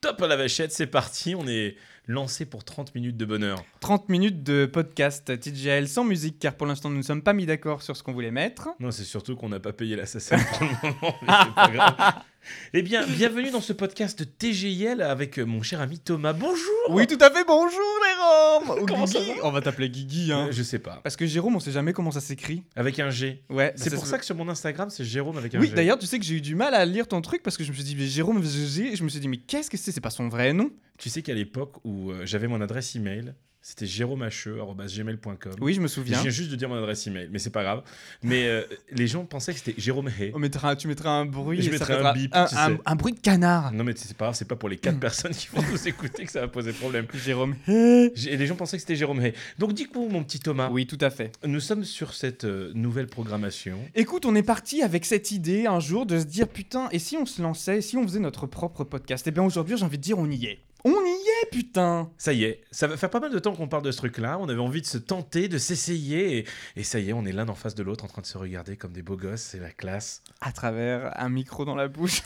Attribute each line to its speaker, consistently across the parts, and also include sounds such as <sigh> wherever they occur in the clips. Speaker 1: Top à la vachette, c'est parti, on est lancé pour 30 minutes de bonheur.
Speaker 2: 30 minutes de podcast TJL sans musique, car pour l'instant nous ne sommes pas mis d'accord sur ce qu'on voulait mettre.
Speaker 1: Non, c'est surtout qu'on n'a pas payé l'assassin pour le moment, mais c'est pas grave. Eh bien, bienvenue dans ce podcast de TGIL avec euh, mon cher ami Thomas. Bonjour
Speaker 2: Oui, tout à fait, bonjour les Roms Ou
Speaker 1: Comment ça
Speaker 2: Oh, Guigui. On va t'appeler Guigui, hein.
Speaker 1: Euh, Je sais pas.
Speaker 2: Parce que Jérôme, on sait jamais comment ça s'écrit.
Speaker 1: Avec un G.
Speaker 2: Ouais, bah,
Speaker 1: C'est pour ça que sur mon Instagram, c'est Jérôme avec un
Speaker 2: Oui,
Speaker 1: G.
Speaker 2: d'ailleurs, tu sais que j'ai eu du mal à lire ton truc parce que je me suis dit, mais Jérôme, G, je me suis dit, mais qu'est-ce que c'est C'est pas son vrai nom
Speaker 1: Tu sais qu'à l'époque où euh, j'avais mon adresse email, c'était e jérômeheux.gmail.com.
Speaker 2: Oui, je me
Speaker 1: Je
Speaker 2: souviens.
Speaker 1: viens juste de dire mon adresse email, mais c'est pas grave. Mais euh, les gens pensaient que c'était Jérôme Hay.
Speaker 2: On mettra, tu mettras un bruit.
Speaker 1: Je
Speaker 2: et ça
Speaker 1: mettrai un
Speaker 2: fera
Speaker 1: bip,
Speaker 2: un,
Speaker 1: tu
Speaker 2: un-
Speaker 1: sais.
Speaker 2: un bruit de canard.
Speaker 1: Non mais c'est pas grave, c'est pas pour les
Speaker 2: Hmm.
Speaker 1: quatre personnes qui vont nous écouter que ça va poser problème.
Speaker 2: Jérôme.
Speaker 1: J'ai- Et les gens pensaient que c'était Jérôme Hay. Donc du coup, mon petit Thomas,
Speaker 2: Oui, tout à fait.
Speaker 1: nous sommes sur cette euh, nouvelle programmation.
Speaker 2: Écoute, on est parti avec cette idée un jour de se dire putain, et si on se lançait, si on faisait notre propre podcast Et bien aujourd'hui, j'ai envie de dire on y est. On y est, putain
Speaker 1: Ça y est, ça va faire pas mal de temps qu'on parle de ce truc-là. On avait envie de se tenter, de s'essayer. Et, et ça y est, on est l'un en face de l'autre en train de se regarder comme des beaux gosses. C'est la
Speaker 2: <laughs>
Speaker 1: classe.
Speaker 2: À travers un micro dans la bouche.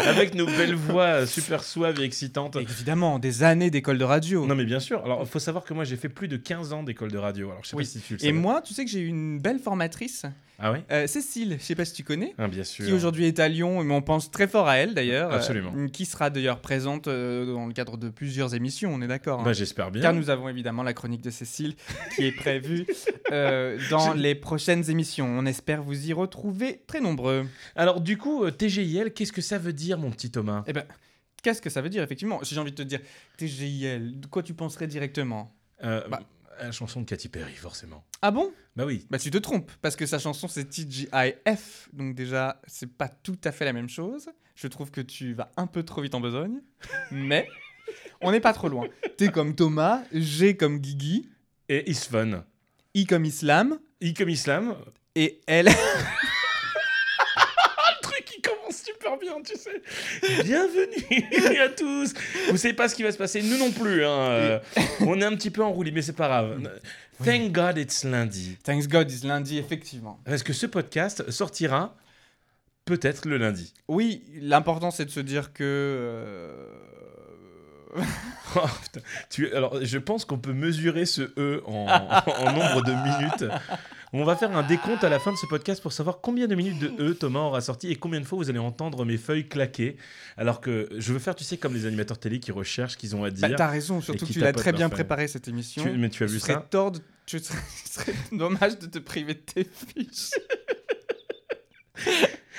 Speaker 1: Avec nos belles voix euh, super suaves et excitantes.
Speaker 2: <laughs> Évidemment, des années d'école de radio.
Speaker 1: Non mais bien sûr. Alors, faut savoir que moi, j'ai fait plus de 15 ans d'école de radio. Alors, je sais
Speaker 2: Oui.
Speaker 1: pas si tu le
Speaker 2: et
Speaker 1: savais.
Speaker 2: moi, tu sais que j'ai eu une belle formatrice,
Speaker 1: Ah ouais
Speaker 2: euh, Cécile, je sais pas si tu connais,
Speaker 1: Ah, bien sûr.
Speaker 2: qui aujourd'hui est à Lyon, mais on pense très fort à elle d'ailleurs. euh,
Speaker 1: Absolument.
Speaker 2: qui sera d'ailleurs présente euh, dans le cadre de plusieurs émissions, on est d'accord. hein.
Speaker 1: Bah, j'espère bien.
Speaker 2: Car nous avons évidemment la chronique de Cécile qui est prévue euh, dans les prochaines émissions. On espère vous y retrouver très nombreux.
Speaker 1: Alors du coup, euh, TGIL, qu'est-ce que ça veut dire, mon petit Thomas
Speaker 2: Eh ben, qu'est-ce que ça veut dire effectivement Si j'ai envie de te dire TGIL, de quoi tu penserais directement
Speaker 1: Euh,
Speaker 2: Bah.
Speaker 1: La chanson de Katy Perry, forcément.
Speaker 2: Ah bon
Speaker 1: Bah oui.
Speaker 2: Bah tu te trompes, parce que sa chanson c'est TGIF, donc déjà c'est pas tout à fait la même chose. Je trouve que tu vas un peu trop vite en besogne, mais on n'est pas trop loin. T comme Thomas, G comme Guigui,
Speaker 1: Et Is Fun.
Speaker 2: I comme Islam,
Speaker 1: I comme Islam.
Speaker 2: et L...
Speaker 1: Le truc qui commence super bien, tu sais. Bienvenue à tous. Vous savez pas ce qui va se passer, nous non plus. hein. Euh, On est un petit peu enroulé, mais c'est pas grave. Thank God it's lundi.
Speaker 2: Thanks God is lundi, effectivement.
Speaker 1: Parce que ce podcast sortira peut-être le lundi.
Speaker 2: Oui, l'important c'est de se dire que. euh,
Speaker 1: Oh, putain. Tu- alors, je pense qu'on peut mesurer ce E en, <laughs> en nombre de minutes. On va faire un décompte à la fin de ce podcast pour savoir combien de minutes de E Thomas aura sorti et combien de fois vous allez entendre mes feuilles claquer. Alors que je veux faire, tu sais, comme les animateurs télé qui recherchent ce qu'ils ont à
Speaker 2: Bah,
Speaker 1: dire.
Speaker 2: <laughs> T'as raison, surtout que
Speaker 1: qui
Speaker 2: tu l'as
Speaker 1: tapotent
Speaker 2: très
Speaker 1: leur
Speaker 2: bien
Speaker 1: feuille.
Speaker 2: préparé cette émission.
Speaker 1: Tu- mais tu as vu
Speaker 2: Ce serait
Speaker 1: ça
Speaker 2: tort de- tu serais- <laughs> ce serait dommage de te priver de tes fiches.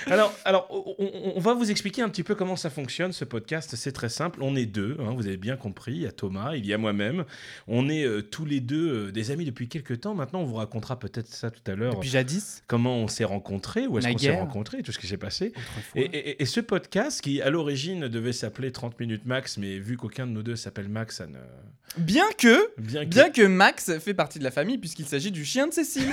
Speaker 1: Alors, alors on, on- on va vous expliquer un petit peu comment ça fonctionne ce podcast. C'est très simple. On est deux, hein, vous avez bien compris. Il y a Thomas, il y a moi-même. On est euh, tous les deux euh, des amis depuis quelques temps. Maintenant, on vous racontera peut-être ça tout à l'heure.
Speaker 2: Depuis jadis,
Speaker 1: Comment on s'est rencontrés, où est-ce qu'on s'est
Speaker 2: Naguère.
Speaker 1: rencontrés, tout ce qui s'est passé.
Speaker 2: autrefois.
Speaker 1: Et, et- et ce podcast, qui à l'origine devait s'appeler 30 minutes max, mais vu qu'aucun de nous deux s'appelle Max, ça ne.
Speaker 2: Bien que.
Speaker 1: Bien, que-
Speaker 2: Bien que Max fait partie de la famille puisqu'il s'agit du chien de Cécile.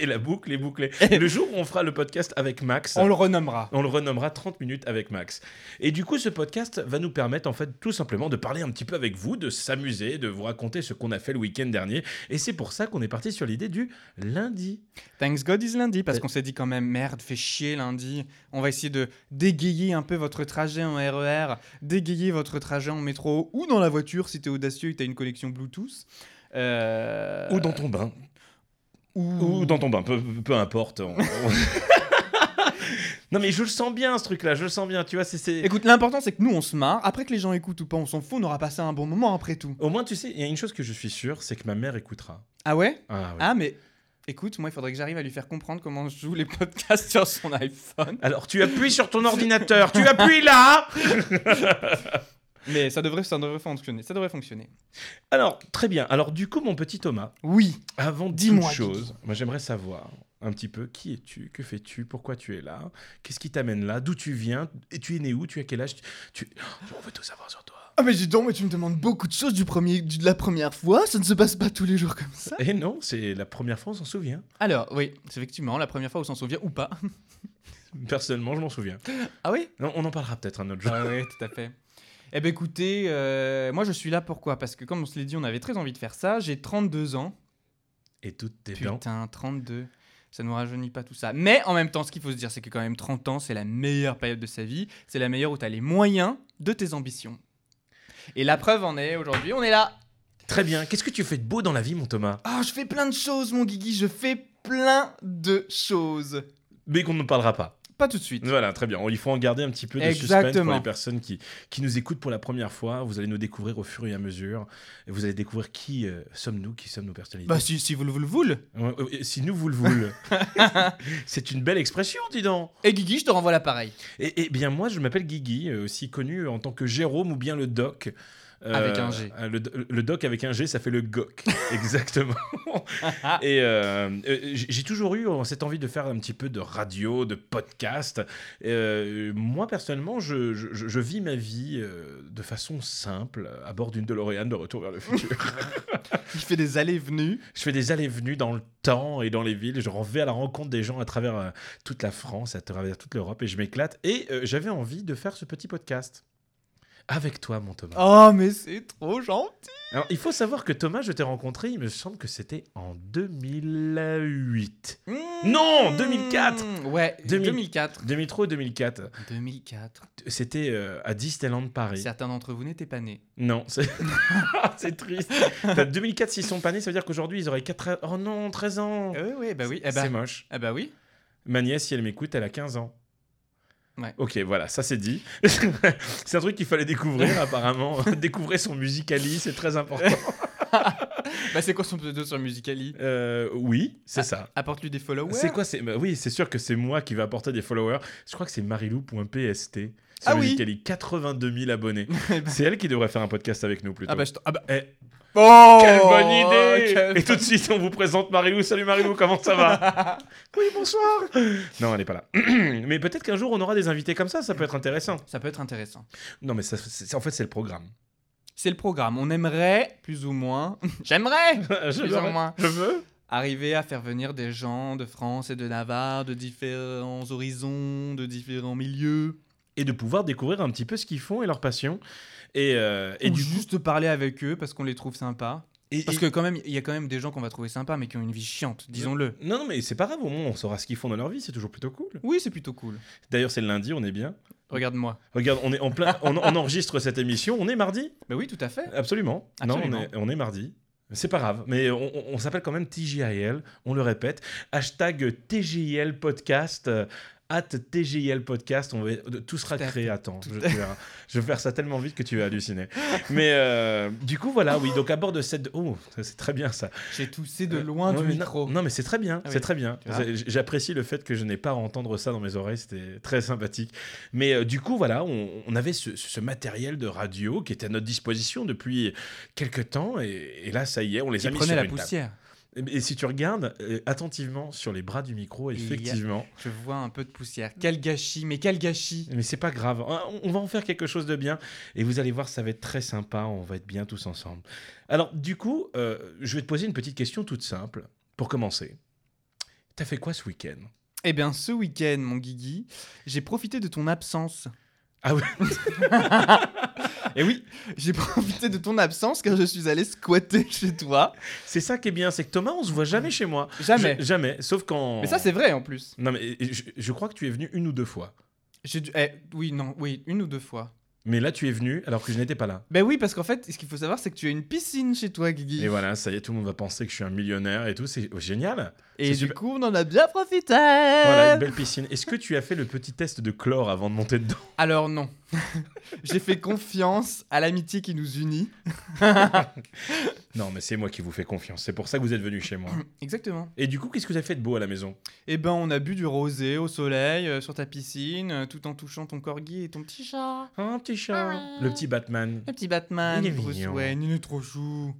Speaker 1: Et la boucle est <laughs> bouclée. le jour où on fera le podcast avec Max.
Speaker 2: On le renommera.
Speaker 1: On le renommera 30 minutes avec Max. Et du coup, ce podcast va nous permettre, en fait, tout simplement de parler un petit peu avec vous, de s'amuser, de vous raconter ce qu'on a fait le week-end dernier. Et c'est pour ça qu'on est parti sur l'idée du lundi.
Speaker 2: Thanks God is lundi parce
Speaker 1: Euh.
Speaker 2: qu'on s'est dit quand même merde, fait chier lundi. On va essayer de dégayer un peu votre trajet en RER, dégayer votre trajet en métro ou dans la voiture si t'es audacieux et t'as une connexion Bluetooth. Euh,
Speaker 1: Ou dans ton bain.
Speaker 2: ou-
Speaker 1: Ou dans ton bain, peu, peu importe. On- on- <laughs> non, mais je le sens bien, ce truc-là, je le sens bien. Tu vois, c'est- c'est.
Speaker 2: Écoute, l'important c'est que nous on se marre. Après que les gens écoutent ou pas, on s'en fout. On aura passé un bon moment après tout.
Speaker 1: Au moins, tu sais, il y a une chose que je suis sûr, c'est que ma mère écoutera.
Speaker 2: Ah ouais
Speaker 1: Ah, oui.
Speaker 2: Ah mais écoute, moi il faudrait que j'arrive à lui faire comprendre comment je joue les podcasts <laughs> sur son iPhone.
Speaker 1: Alors, tu appuies sur ton ordinateur, tu appuies là
Speaker 2: Mais ça devrait, ça devrait fonctionner. Ça devrait fonctionner.
Speaker 1: Alors, très bien. Alors, du coup, mon petit Thomas,
Speaker 2: Oui.
Speaker 1: Avant
Speaker 2: Dis-moi,
Speaker 1: toute chose, moi j'aimerais savoir un petit peu qui es-tu, que fais-tu, pourquoi tu es là, qu'est-ce qui t'amène là, d'où tu viens, et tu es né où, tu as quel âge, tu... tu- Oh, on veut tout savoir sur toi.
Speaker 2: Ah mais dis donc, mais tu me demandes beaucoup de choses du premier, du- de la première fois, ça ne se passe pas tous les jours comme ça.
Speaker 1: Et Eh non, c'est la première fois, on s'en souvient.
Speaker 2: Alors oui, c'est effectivement la première fois où s'en souvient ou pas.
Speaker 1: Personnellement, je m'en souviens.
Speaker 2: Ah oui
Speaker 1: Non, on en parlera peut-être un autre jour.
Speaker 2: Ah oui, tout à fait. Eh ben écoutez, euh, moi je suis là pourquoi Parce que comme on se l'est dit, on avait très envie de faire ça, j'ai 32 ans.
Speaker 1: Et toutes tes dents.
Speaker 2: Putain, 32. ça nous rajeunit pas tout ça. Mais en même temps, ce qu'il faut se dire, c'est que quand même 30 ans, c'est la meilleure période de sa vie, c'est la meilleure où tu as les moyens de tes ambitions. Et la preuve en est, aujourd'hui, on est là.
Speaker 1: Très bien. Qu'est-ce que tu fais de beau dans la vie, mon Thomas
Speaker 2: Ah, je fais plein de choses, mon Guigui, je fais plein de choses.
Speaker 1: Mais qu'on ne parlera pas.
Speaker 2: Pas tout de suite.
Speaker 1: Voilà, très bien. Il faut en garder un petit peu de suspense pour
Speaker 2: Exactement.
Speaker 1: les personnes qui, qui nous écoutent pour la première fois. Vous allez nous découvrir au fur et à mesure. Et vous allez découvrir qui euh, sommes-nous, qui sommes nos personnalités.
Speaker 2: Bah, si, si vous le voulez, vous le.
Speaker 1: Ouais, euh, et si nous vous le <laughs> voulez. C'est une belle expression, dis donc.
Speaker 2: Et Guigui, je te renvoie l'appareil.
Speaker 1: Et, et bien moi, je m'appelle Guigui, euh, aussi connu en tant que Jérôme ou bien le Doc. Euh,
Speaker 2: Avec un G.
Speaker 1: euh, Le, le doc avec un G, ça fait le
Speaker 2: <laughs>
Speaker 1: goc. Exactement. Et euh, euh, j- j'ai toujours eu euh, cette envie de faire un petit peu de radio, de podcast. Euh, moi, personnellement, je, je- je- je vis ma vie euh, de façon simple, à bord d'une DeLorean de retour vers le futur.
Speaker 2: Il fait des allées-venues.
Speaker 1: je fais des allées-venues dans le temps et dans les villes. Je vais à la rencontre des gens à travers euh, toute la France, à travers toute l'Europe et je m'éclate. Et euh, j'avais envie de faire ce petit podcast. Avec toi, mon Thomas.
Speaker 2: Oh, mais c'est trop gentil.
Speaker 1: Alors, il faut savoir que Thomas, je t'ai rencontré, il me semble que c'était en 2008.
Speaker 2: Mmh.
Speaker 1: Non, 2004.
Speaker 2: Ouais,
Speaker 1: 2000.
Speaker 2: 2004.
Speaker 1: 2003 ou 2004,
Speaker 2: 2004.
Speaker 1: c'était euh, à Disneyland Paris.
Speaker 2: Certains d'entre vous n'étaient pas nés.
Speaker 1: Non, c'est <laughs> c'est triste. Enfin, 2004, s'ils sont panés, ça veut dire qu'aujourd'hui, ils auraient 4 Oh non, 13 ans
Speaker 2: Oui, oui, bah oui. Eh
Speaker 1: C'est
Speaker 2: bah,
Speaker 1: moche.
Speaker 2: eh bah oui.
Speaker 1: Ma nièce, si elle m'écoute, elle a 15 ans.
Speaker 2: Ouais.
Speaker 1: Ok, voilà, ça c'est dit. <laughs> c'est un truc qu'il fallait
Speaker 2: <laughs>
Speaker 1: découvrir, apparemment. <laughs> découvrir son musicali, c'est très important.
Speaker 2: Bah, c'est quoi son pseudo sur Musicali
Speaker 1: Euh, oui, c'est
Speaker 2: Ah,
Speaker 1: ça.
Speaker 2: Apporte-lui des followers.
Speaker 1: C'est quoi c'est bah Oui, c'est sûr que c'est moi qui vais apporter des followers. Je crois que c'est marilou.pst. sur
Speaker 2: Ah oui.
Speaker 1: Musical.ly, 82 000 abonnés.
Speaker 2: <laughs> Eh bah-
Speaker 1: c'est elle qui devrait faire un podcast avec nous plutôt.
Speaker 2: Ah bah, je t'en- ah bah.
Speaker 1: Eh,
Speaker 2: Oh
Speaker 1: Quelle bonne idée
Speaker 2: quelle-
Speaker 1: Et tout de suite, on vous présente Marilou. Salut Marilou, comment ça va
Speaker 2: <laughs>
Speaker 1: Oui, bonsoir. Non, elle n'est pas là. <clears throat> mais peut-être qu'un jour, on aura des invités comme ça, ça peut être intéressant.
Speaker 2: Ça peut être intéressant.
Speaker 1: Non, mais ça, c'est- en fait, c'est le programme.
Speaker 2: C'est le programme. On aimerait, plus ou moins, j'aimerais,
Speaker 1: <laughs> je,
Speaker 2: <laughs> plus ou
Speaker 1: veux,
Speaker 2: moins,
Speaker 1: je veux.
Speaker 2: arriver à faire venir des gens de France et de Navarre, de différents horizons, de différents milieux.
Speaker 1: Et de pouvoir découvrir un petit peu ce qu'ils font et leur passion. Et, euh, et
Speaker 2: ou
Speaker 1: du coup-
Speaker 2: juste parler avec eux parce qu'on les trouve sympas.
Speaker 1: et-
Speaker 2: Parce
Speaker 1: et-
Speaker 2: que quand même, il y a quand même des gens qu'on va trouver sympas mais qui ont une vie chiante, disons-le.
Speaker 1: Non, non, mais c'est pas grave, au moins on saura ce qu'ils font dans leur vie, c'est toujours plutôt cool.
Speaker 2: Oui, c'est plutôt cool.
Speaker 1: D'ailleurs, c'est le lundi, on est bien.
Speaker 2: Regarde-moi.
Speaker 1: Regarde, on est en plein, on, on enregistre cette émission, on est mardi
Speaker 2: Bah oui, tout à fait.
Speaker 1: Absolument. Non,
Speaker 2: Absolument.
Speaker 1: on est, on est mardi. C'est pas grave, mais on, on- on s'appelle quand même TJIL, on le répète. Hashtag TJIL podcast, euh, at TJIL podcast, on va, tout sera
Speaker 2: Tout à
Speaker 1: créé. Attends, je, tu verras. Je vais faire ça tellement vite que tu vas halluciner. mais euh, du coup, voilà, oui, donc à bord de cette... Oh, ça, c'est très bien ça.
Speaker 2: J'ai toussé de loin
Speaker 1: Euh,
Speaker 2: du
Speaker 1: ouais, mais non-
Speaker 2: micro.
Speaker 1: Non, mais c'est très bien,
Speaker 2: Ah
Speaker 1: c'est
Speaker 2: oui,
Speaker 1: très bien.
Speaker 2: tu vois.
Speaker 1: J- J'apprécie le fait que je n'ai pas à entendre ça dans mes oreilles, c'était très sympathique. Mais euh, du coup, voilà, on, on avait ce, ce matériel de radio qui était à notre disposition depuis quelques temps, et, et là, ça y est, on les
Speaker 2: Qui
Speaker 1: a mis
Speaker 2: prenait
Speaker 1: sur
Speaker 2: la
Speaker 1: une table.
Speaker 2: poussière.
Speaker 1: Et, et si tu regardes euh, attentivement sur les bras du micro,
Speaker 2: Il y a-
Speaker 1: effectivement,
Speaker 2: Je vois un peu de poussière. Quel gâchis, mais quel gâchis.
Speaker 1: mais c'est pas grave, Ah, on, on va en faire quelque chose de bien, et vous allez voir, ça va être très sympa, on va être bien tous ensemble. Alors, du coup, euh, je vais te poser une petite question toute simple, pour commencer. T'as fait quoi ce week-end
Speaker 2: Eh bien, ce week-end, mon Guigui, j'ai profité de ton absence.
Speaker 1: Ah oui.
Speaker 2: Et
Speaker 1: Eh
Speaker 2: oui, j'ai <laughs> profité de ton absence car je suis allé squatter chez toi.
Speaker 1: C'est ça qui est bien, c'est que Thomas, on se voit jamais chez moi.
Speaker 2: Jamais.
Speaker 1: Je- jamais, sauf quand.
Speaker 2: Mais ça, c'est vrai en plus.
Speaker 1: Non, mais je, je crois que tu es venu une ou deux fois.
Speaker 2: J'ai dû- eh, oui, non, oui, une ou deux fois.
Speaker 1: Mais là, tu es venu alors que je n'étais pas là.
Speaker 2: Ben oui, parce qu'en fait, ce qu'il faut savoir, c'est que tu as une piscine chez toi, Guigui.
Speaker 1: Et voilà, ça y est, tout le monde va penser que je suis un millionnaire et tout, c'est oh, génial.
Speaker 2: Et
Speaker 1: c'est
Speaker 2: du
Speaker 1: super.
Speaker 2: coup, on en a bien profité.
Speaker 1: Voilà, une belle piscine. Est-ce que tu as fait le petit test de chlore avant de monter dedans
Speaker 2: Alors non, <laughs> j'ai fait confiance à l'amitié qui nous unit.
Speaker 1: Non, mais c'est moi qui vous fais confiance, c'est pour ça que vous êtes venu chez moi.
Speaker 2: Exactement.
Speaker 1: Et du coup, qu'est-ce que vous avez fait de beau à la maison
Speaker 2: Eh ben, on a bu du rosé au soleil, euh, sur ta piscine, euh, tout en touchant ton corgi et ton petit chat.
Speaker 1: Un petit chat.
Speaker 2: Ah.
Speaker 1: Le petit Batman.
Speaker 2: Le petit Batman,
Speaker 1: Il est
Speaker 2: Bruce
Speaker 1: mignon.
Speaker 2: Wayne, il est trop chou.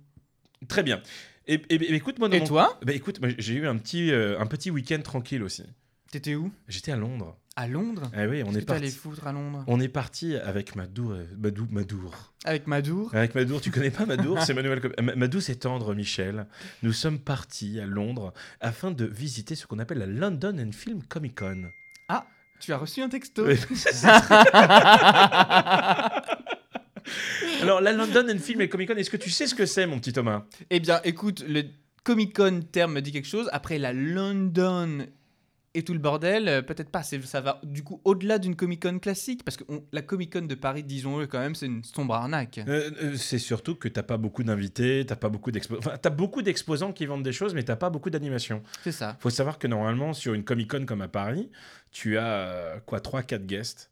Speaker 1: Très bien. Et, et- et- écoute-moi dans
Speaker 2: Et
Speaker 1: mon-
Speaker 2: toi,
Speaker 1: Bah écoute, moi, j'ai eu un petit, euh, un petit week-end tranquille aussi.
Speaker 2: t'étais où
Speaker 1: J'étais à Londres.
Speaker 2: À Londres
Speaker 1: Eh oui, on est,
Speaker 2: T'es allé
Speaker 1: parti.
Speaker 2: foutre à Londres
Speaker 1: On est parti avec Madour, Madour, Madour.
Speaker 2: Avec Madour
Speaker 1: Avec Madour, tu connais pas Madour C'est Manuel. Cop- Ma- Madour, c'est tendre, Michel. Nous sommes partis à Londres afin de visiter ce qu'on appelle la London and Film Comic Con.
Speaker 2: Tu as reçu
Speaker 1: <laughs>
Speaker 2: un texto
Speaker 1: Oui, c'est ça. Alors la London and Film Comic Con, est-ce que tu sais ce que c'est, mon petit Thomas
Speaker 2: Eh bien, écoute, le Comic Con terme me dit quelque chose. Après la London et tout le bordel, euh, peut-être pas. C'est- Ça va du coup au-delà d'une Comic Con classique parce que on- la Comic Con de Paris, disons-le quand même, c'est une sombre arnaque.
Speaker 1: Euh, euh, c'est surtout que t'as pas beaucoup d'invités, t'as pas beaucoup d'exposants. Enfin, t'as beaucoup d'exposants qui vendent des choses, mais t'as pas beaucoup d'animation.
Speaker 2: C'est ça.
Speaker 1: Faut savoir que normalement, sur une Comic Con comme à Paris, tu as euh, quoi 3-4 guests.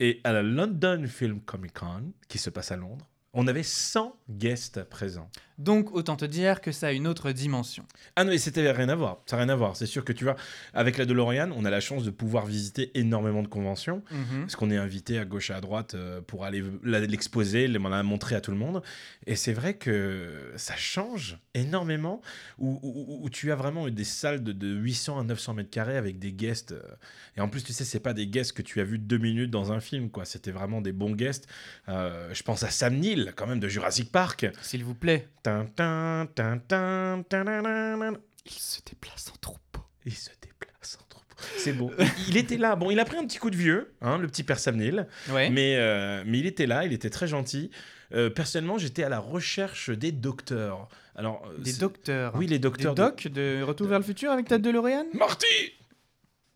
Speaker 1: Et à la London Film Comic Con, qui se passe à Londres, on avait 100 guests présents.
Speaker 2: Donc autant te dire que ça a une autre dimension.
Speaker 1: Ah non, mais c'était rien à voir. Ça n'a rien à voir. C'est sûr que tu vois, avec la DeLorean, on a la chance de pouvoir visiter énormément de conventions.
Speaker 2: Mhm.
Speaker 1: Parce qu'on est invité à gauche et à droite euh, pour aller la- l'exposer, le- la montrer à tout le monde. Et c'est vrai que ça change énormément, où, où- où tu as vraiment des salles de, de 800 à 900 mètres carrés avec des guests. euh, Et en plus, tu sais, c'est pas des guests que tu as vu deux minutes dans un film, quoi. C'était vraiment des bons guests. Euh, je pense à Sam Neill, quand même, de Jurassic Park.
Speaker 2: S'il vous plaît.
Speaker 1: Tin, tin, tin, tin, tin, nan, nan, nan.
Speaker 2: Il se déplace en troupeau.
Speaker 1: Il se déplace en troupeau. C'est beau. Il était là. Bon, il a pris un petit coup de vieux, hein, le petit père Sam Neill.
Speaker 2: Ouais.
Speaker 1: Mais, euh, mais il était là, il était très gentil. Euh, personnellement, j'étais à la recherche des docteurs. Alors, euh,
Speaker 2: Des
Speaker 1: c'est-
Speaker 2: docteurs. hein.
Speaker 1: Oui, les
Speaker 2: Des
Speaker 1: docteurs. de-
Speaker 2: docs de Retour vers le futur avec ta DeLorean
Speaker 1: Marty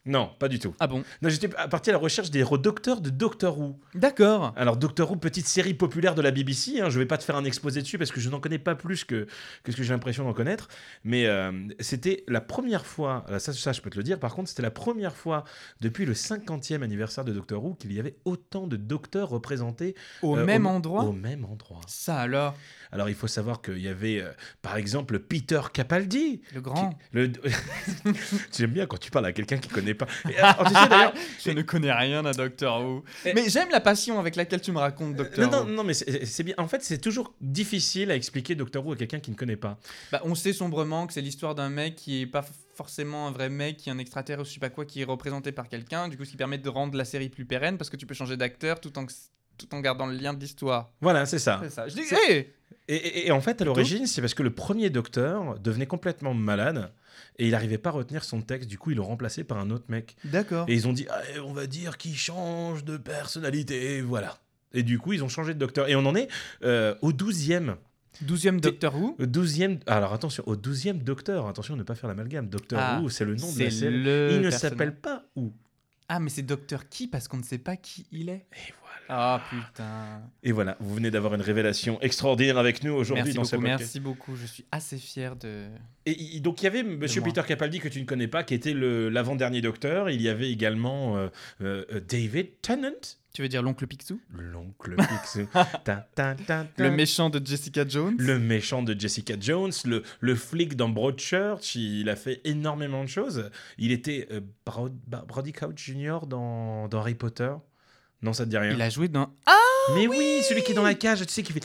Speaker 1: Non, pas du tout.
Speaker 2: Ah bon
Speaker 1: Non, j'étais à- parti à la recherche des re- docteurs de Doctor Who.
Speaker 2: D'accord.
Speaker 1: Alors, Doctor Who, petite série populaire de la BBC. hein, je vais pas te faire un exposé dessus parce que je n'en connais pas plus que, que ce que j'ai l'impression d'en connaître. Mais euh, c'était la première fois, euh, ça, ça je peux te le dire, par contre, c'était la première fois depuis le 50e anniversaire de Doctor Who qu'il y avait autant de docteurs représentés
Speaker 2: Au
Speaker 1: Euh,
Speaker 2: même endroit
Speaker 1: au même endroit.
Speaker 2: Ça alors,
Speaker 1: Alors il faut savoir qu'il y avait, euh, par exemple, Peter Capaldi.
Speaker 2: le grand.
Speaker 1: qui- le... <laughs> J'aime bien quand tu parles à quelqu'un qui connaît pas. Et, alors, tu sais, <laughs> d'ailleurs-
Speaker 2: Je ne connais rien à Doctor Who.
Speaker 1: Eh.
Speaker 2: Mais j'aime la passion avec laquelle tu me racontes Doctor
Speaker 1: non, non,
Speaker 2: Who.
Speaker 1: non, mais c'est c'est bien. En fait, c'est toujours difficile à expliquer Doctor Who à quelqu'un qui ne connaît pas.
Speaker 2: Bah, on sait sombrement que c'est l'histoire d'un mec qui est pas f- forcément un vrai mec, qui est un extraterrestre ou je sais pas quoi, qui est représenté par quelqu'un, du coup ce qui permet de rendre la série plus pérenne parce que tu peux changer d'acteur tout en, tout en gardant le lien de l'histoire.
Speaker 1: Voilà, Ah. c'est ça.
Speaker 2: C'est ça. Je dis,
Speaker 1: C'est-
Speaker 2: hey
Speaker 1: Et, et- et en fait, à l'origine, c'est parce que le premier Docteur devenait complètement malade et il n'arrivait pas à retenir son texte. Du coup, ils l'ont remplacé par un autre mec.
Speaker 2: D'accord.
Speaker 1: Et ils ont dit, Ah, on va dire qu'il change de personnalité, voilà. Et du coup, ils ont changé de docteur. Et on en est euh, au 12e.
Speaker 2: Douzième
Speaker 1: T'es-
Speaker 2: Doctor Who
Speaker 1: Au 12e, alors attention, au 12e Docteur, attention de ne pas faire la malgame. Docteur
Speaker 2: Ah,
Speaker 1: Who, c'est le nom de la série.
Speaker 2: le
Speaker 1: Il ne
Speaker 2: personnage.
Speaker 1: s'appelle pas Who.
Speaker 2: Ah, mais c'est Docteur qui parce qu'on ne sait pas qui il est.
Speaker 1: Et voilà.
Speaker 2: Ah putain.
Speaker 1: Et voilà, vous venez d'avoir une révélation extraordinaire avec nous aujourd'hui
Speaker 2: Merci
Speaker 1: dans
Speaker 2: beaucoup,
Speaker 1: ce podcast.
Speaker 2: merci beaucoup. Je suis assez fier de.
Speaker 1: Et il- donc il y avait Monsieur
Speaker 2: moi.
Speaker 1: Peter Capaldi que tu ne connais pas, qui était le- l'avant-dernier Docteur. Il y avait également euh, euh, euh, David Tennant,
Speaker 2: Tu veux dire l'oncle Picsou
Speaker 1: l'oncle
Speaker 2: <laughs>
Speaker 1: Picsou. Ta, ta, ta, ta.
Speaker 2: Le méchant de Jessica Jones
Speaker 1: Le méchant de Jessica Jones, le, le flic dans Broadchurch, il a fait énormément de choses. Il était euh, Bro- Ba- Brody Couch Jr. dans, dans Harry Potter. Non, ça te dit rien.
Speaker 2: Il a joué dans. Ah,
Speaker 1: Mais oui, celui qui est dans la cage, tu sais, qui, fait,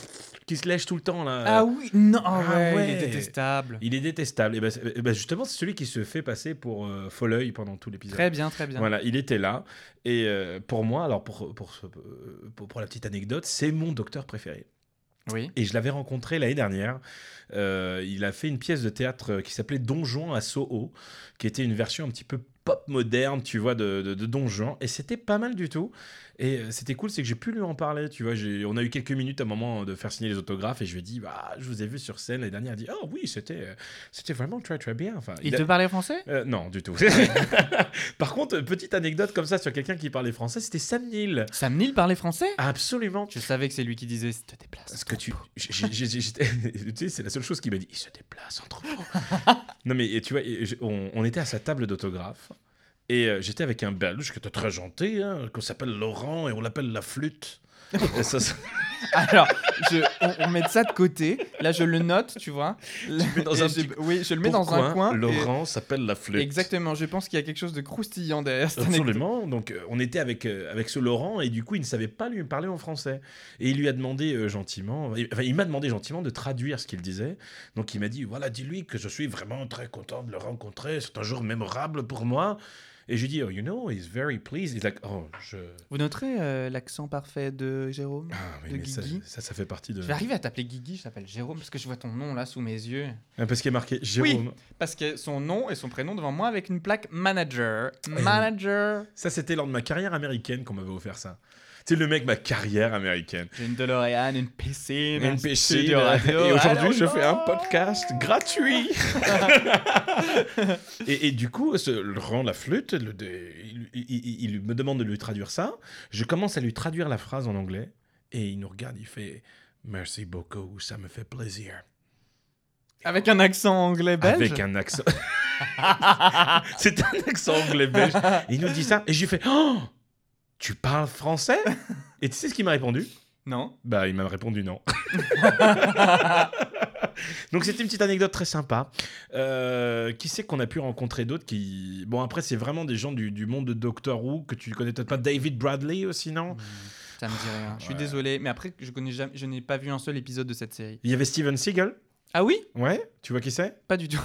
Speaker 1: qui se lèche tout le temps. Là.
Speaker 2: ah oui Non, ah
Speaker 1: ah
Speaker 2: ouais,
Speaker 1: ouais.
Speaker 2: il est détestable.
Speaker 1: Il est détestable. Et ben, c'est- eh ben, justement, c'est celui qui se fait passer pour euh, Folleuil pendant tout l'épisode.
Speaker 2: Très bien, très bien.
Speaker 1: Voilà, il était là. Et euh, pour moi, alors pour, pour, ce- euh, pour, pour la petite anecdote, c'est mon docteur préféré.
Speaker 2: Oui.
Speaker 1: Et je l'avais rencontré l'année dernière. Euh, il a fait une pièce de théâtre euh, qui s'appelait Don Juan à Soho, qui était une version un petit peu pop moderne, tu vois, de, de, de Don Juan. Et c'était pas mal du tout. Et euh, c'était cool, c'est que j'ai pu lui en parler, tu vois. J'ai- On a eu quelques minutes à un moment euh, de faire signer les autographes et je lui ai dit, bah, je vous ai vu sur scène l'année dernière. Il a dit, oh oui, c'était euh, c'était vraiment très très bien. Enfin,
Speaker 2: Il,
Speaker 1: a-
Speaker 2: te parlait français
Speaker 1: euh, non, du
Speaker 2: <laughs>
Speaker 1: tout. Par contre, petite anecdote comme ça sur quelqu'un qui parlait français, c'était Sam Neill.
Speaker 2: Sam Neill parlait français
Speaker 1: Ah. Absolument.
Speaker 2: Je savais que c'est lui qui disait te déplace.
Speaker 1: Parce que tu. j'ai- j'ai- j'ai- j'étais- <laughs> tu sais, c'est la seule chose qui m'a dit il se déplace en
Speaker 2: <laughs>
Speaker 1: troupeau. non, mais et tu vois, et je- on, on était à sa table d'autographe. Et euh, j'étais avec un Belge qui était très gentil, hein, qu'on s'appelle Laurent et on l'appelle la
Speaker 2: <laughs>
Speaker 1: flûte. Et ça, ça-
Speaker 2: Alors, je- on, on met ça de côté. Là, je le note, tu vois.
Speaker 1: mets dans
Speaker 2: Et
Speaker 1: un
Speaker 2: je-
Speaker 1: petit-
Speaker 2: Oui, je le mets dans
Speaker 1: Pourquoi
Speaker 2: un coin. et-
Speaker 1: Laurent s'appelle la flûte.
Speaker 2: Exactement, je pense qu'il y a quelque chose de croustillant derrière cette anecdote.
Speaker 1: Absolument. Donc, euh, on était avec, euh, avec ce Laurent et du coup, il ne savait pas lui parler en français. Et il lui a demandé euh, gentiment, il- enfin, il m'a demandé gentiment de traduire ce qu'il disait. Donc, il m'a dit voilà, dis-lui que je suis vraiment très content de le rencontrer. C'est un jour mémorable pour moi. Et je lui dis oh, you know, he's very pleased. He's like, oh, je.
Speaker 2: Vous noterez euh, l'accent parfait de Jérôme
Speaker 1: Ah,
Speaker 2: <laughs>
Speaker 1: oui,
Speaker 2: De
Speaker 1: mais ça,
Speaker 2: Guigui.
Speaker 1: ça, ça fait partie de.
Speaker 2: Je vais arriver à t'appeler Guigui, je t'appelle Jérôme parce que je vois ton nom là sous mes yeux.
Speaker 1: Ah, Parce qu'il est marqué Jérôme.
Speaker 2: Parce que son nom et son prénom devant moi
Speaker 1: Euh.
Speaker 2: avec une plaque manager. Manager.
Speaker 1: Ça, c'était lors de ma carrière américaine qu'on m'avait offert ça. C'est le mec, ma carrière américaine.
Speaker 2: J'ai une DeLorean, une PC,
Speaker 1: Une piscine. euh, Et aujourd'hui, je fais un podcast gratuit. <laughs> et, et du coup, ce, le rend la flûte, le- de- il, il- il- il me demande de lui traduire ça. Je commence à lui traduire la phrase en anglais. Et il nous regarde, il fait Merci beaucoup, ça me fait plaisir.
Speaker 2: Avec un accent anglais belge.
Speaker 1: Avec un accent. <laughs> C'est un accent anglais belge. Et il nous dit ça. Et j'ai fait Oh Tu parles français Et tu sais ce qu'il m'a répondu
Speaker 2: Non.
Speaker 1: Bah, il m'a répondu
Speaker 2: <laughs>
Speaker 1: non. <laughs> Donc c'était une petite anecdote très sympa. Euh, qui c'est qu'on a pu rencontrer d'autres qui... Bon après c'est vraiment des gens du, du monde de Doctor Who que tu connais peut-être pas. David Bradley aussi
Speaker 2: Mm.
Speaker 1: non
Speaker 2: Ça me dit rien. Je suis
Speaker 1: Ouais.
Speaker 2: désolé, mais après, je connais jamais, je n'ai pas vu un seul épisode de cette série.
Speaker 1: Il y avait Steven Seagal.
Speaker 2: Ah oui
Speaker 1: Ouais, tu vois qui c'est
Speaker 2: Pas du tout.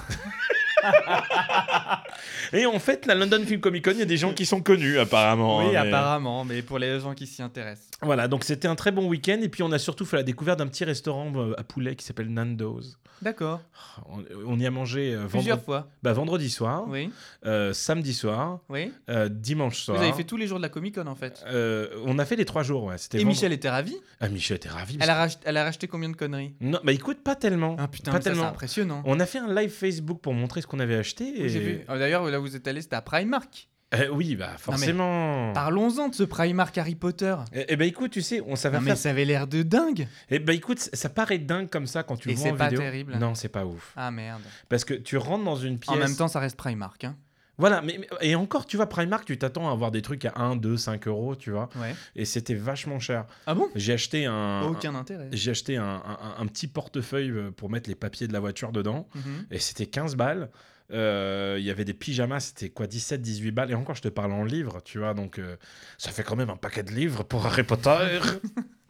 Speaker 1: Et en fait, la London Film Comic Con, il y a des gens qui sont connus apparemment.
Speaker 2: oui,
Speaker 1: hein, mais-
Speaker 2: apparemment, mais pour les gens qui s'y intéressent.
Speaker 1: Voilà, donc c'était un très bon week-end et puis on a surtout fait la découverte d'un petit restaurant euh, à poulet qui s'appelle Nando's.
Speaker 2: D'accord.
Speaker 1: On, on y a mangé euh,
Speaker 2: Plusieurs
Speaker 1: vendredi,
Speaker 2: fois.
Speaker 1: bah, vendredi soir,
Speaker 2: Oui.
Speaker 1: euh, samedi soir,
Speaker 2: Oui.
Speaker 1: euh, dimanche soir.
Speaker 2: Vous avez fait tous les jours de la Comic Con en fait.
Speaker 1: Euh, on a fait les trois jours, ouais. C'était
Speaker 2: Et
Speaker 1: vendre-
Speaker 2: Michel était ravi.
Speaker 1: Ah, Michel était ravi. parce
Speaker 2: Elle a, racheté, elle a racheté combien de conneries
Speaker 1: que- Non, bah écoute, pas tellement.
Speaker 2: Ah putain,
Speaker 1: Pas
Speaker 2: mais ça, c'est
Speaker 1: tellement.
Speaker 2: impressionnant.
Speaker 1: On a fait un live Facebook pour montrer ce qu'on avait acheté.
Speaker 2: Oui,
Speaker 1: et-
Speaker 2: J'ai vu. Ah, D'ailleurs, là où vous êtes allé, c'était à Primark.
Speaker 1: Euh, oui, bah forcément.
Speaker 2: Parlons-en de ce Primark Harry Potter.
Speaker 1: Eh eh bah écoute, tu sais, on ça va
Speaker 2: Non, mais
Speaker 1: faire.
Speaker 2: ça avait l'air de dingue.
Speaker 1: Eh bah écoute, ça- ça paraît dingue comme ça quand tu
Speaker 2: Et
Speaker 1: le vois
Speaker 2: c'est
Speaker 1: en
Speaker 2: pas
Speaker 1: vidéo.
Speaker 2: terrible.
Speaker 1: Non, c'est pas ouf.
Speaker 2: Ah merde.
Speaker 1: Parce que tu rentres dans une pièce.
Speaker 2: En même temps, ça reste Primark. Hein.
Speaker 1: Voilà, mais, mais- et encore, tu vois, Primark, tu t'attends à avoir des trucs à 1, 2, 5 euros, tu vois.
Speaker 2: Ouais.
Speaker 1: Et c'était vachement cher.
Speaker 2: Ah bon
Speaker 1: J'ai acheté un.
Speaker 2: Aucun intérêt.
Speaker 1: J'ai acheté un- un- un petit portefeuille euh, pour mettre les papiers de la voiture dedans.
Speaker 2: Mhm.
Speaker 1: et c'était 15 balles. Euh, Il y avait des pyjamas, c'était quoi 17, 18 balles. Et encore, je te parle en livres, tu vois. Donc, euh, ça fait quand même un paquet de livres pour Harry
Speaker 2: <laughs>
Speaker 1: Potter.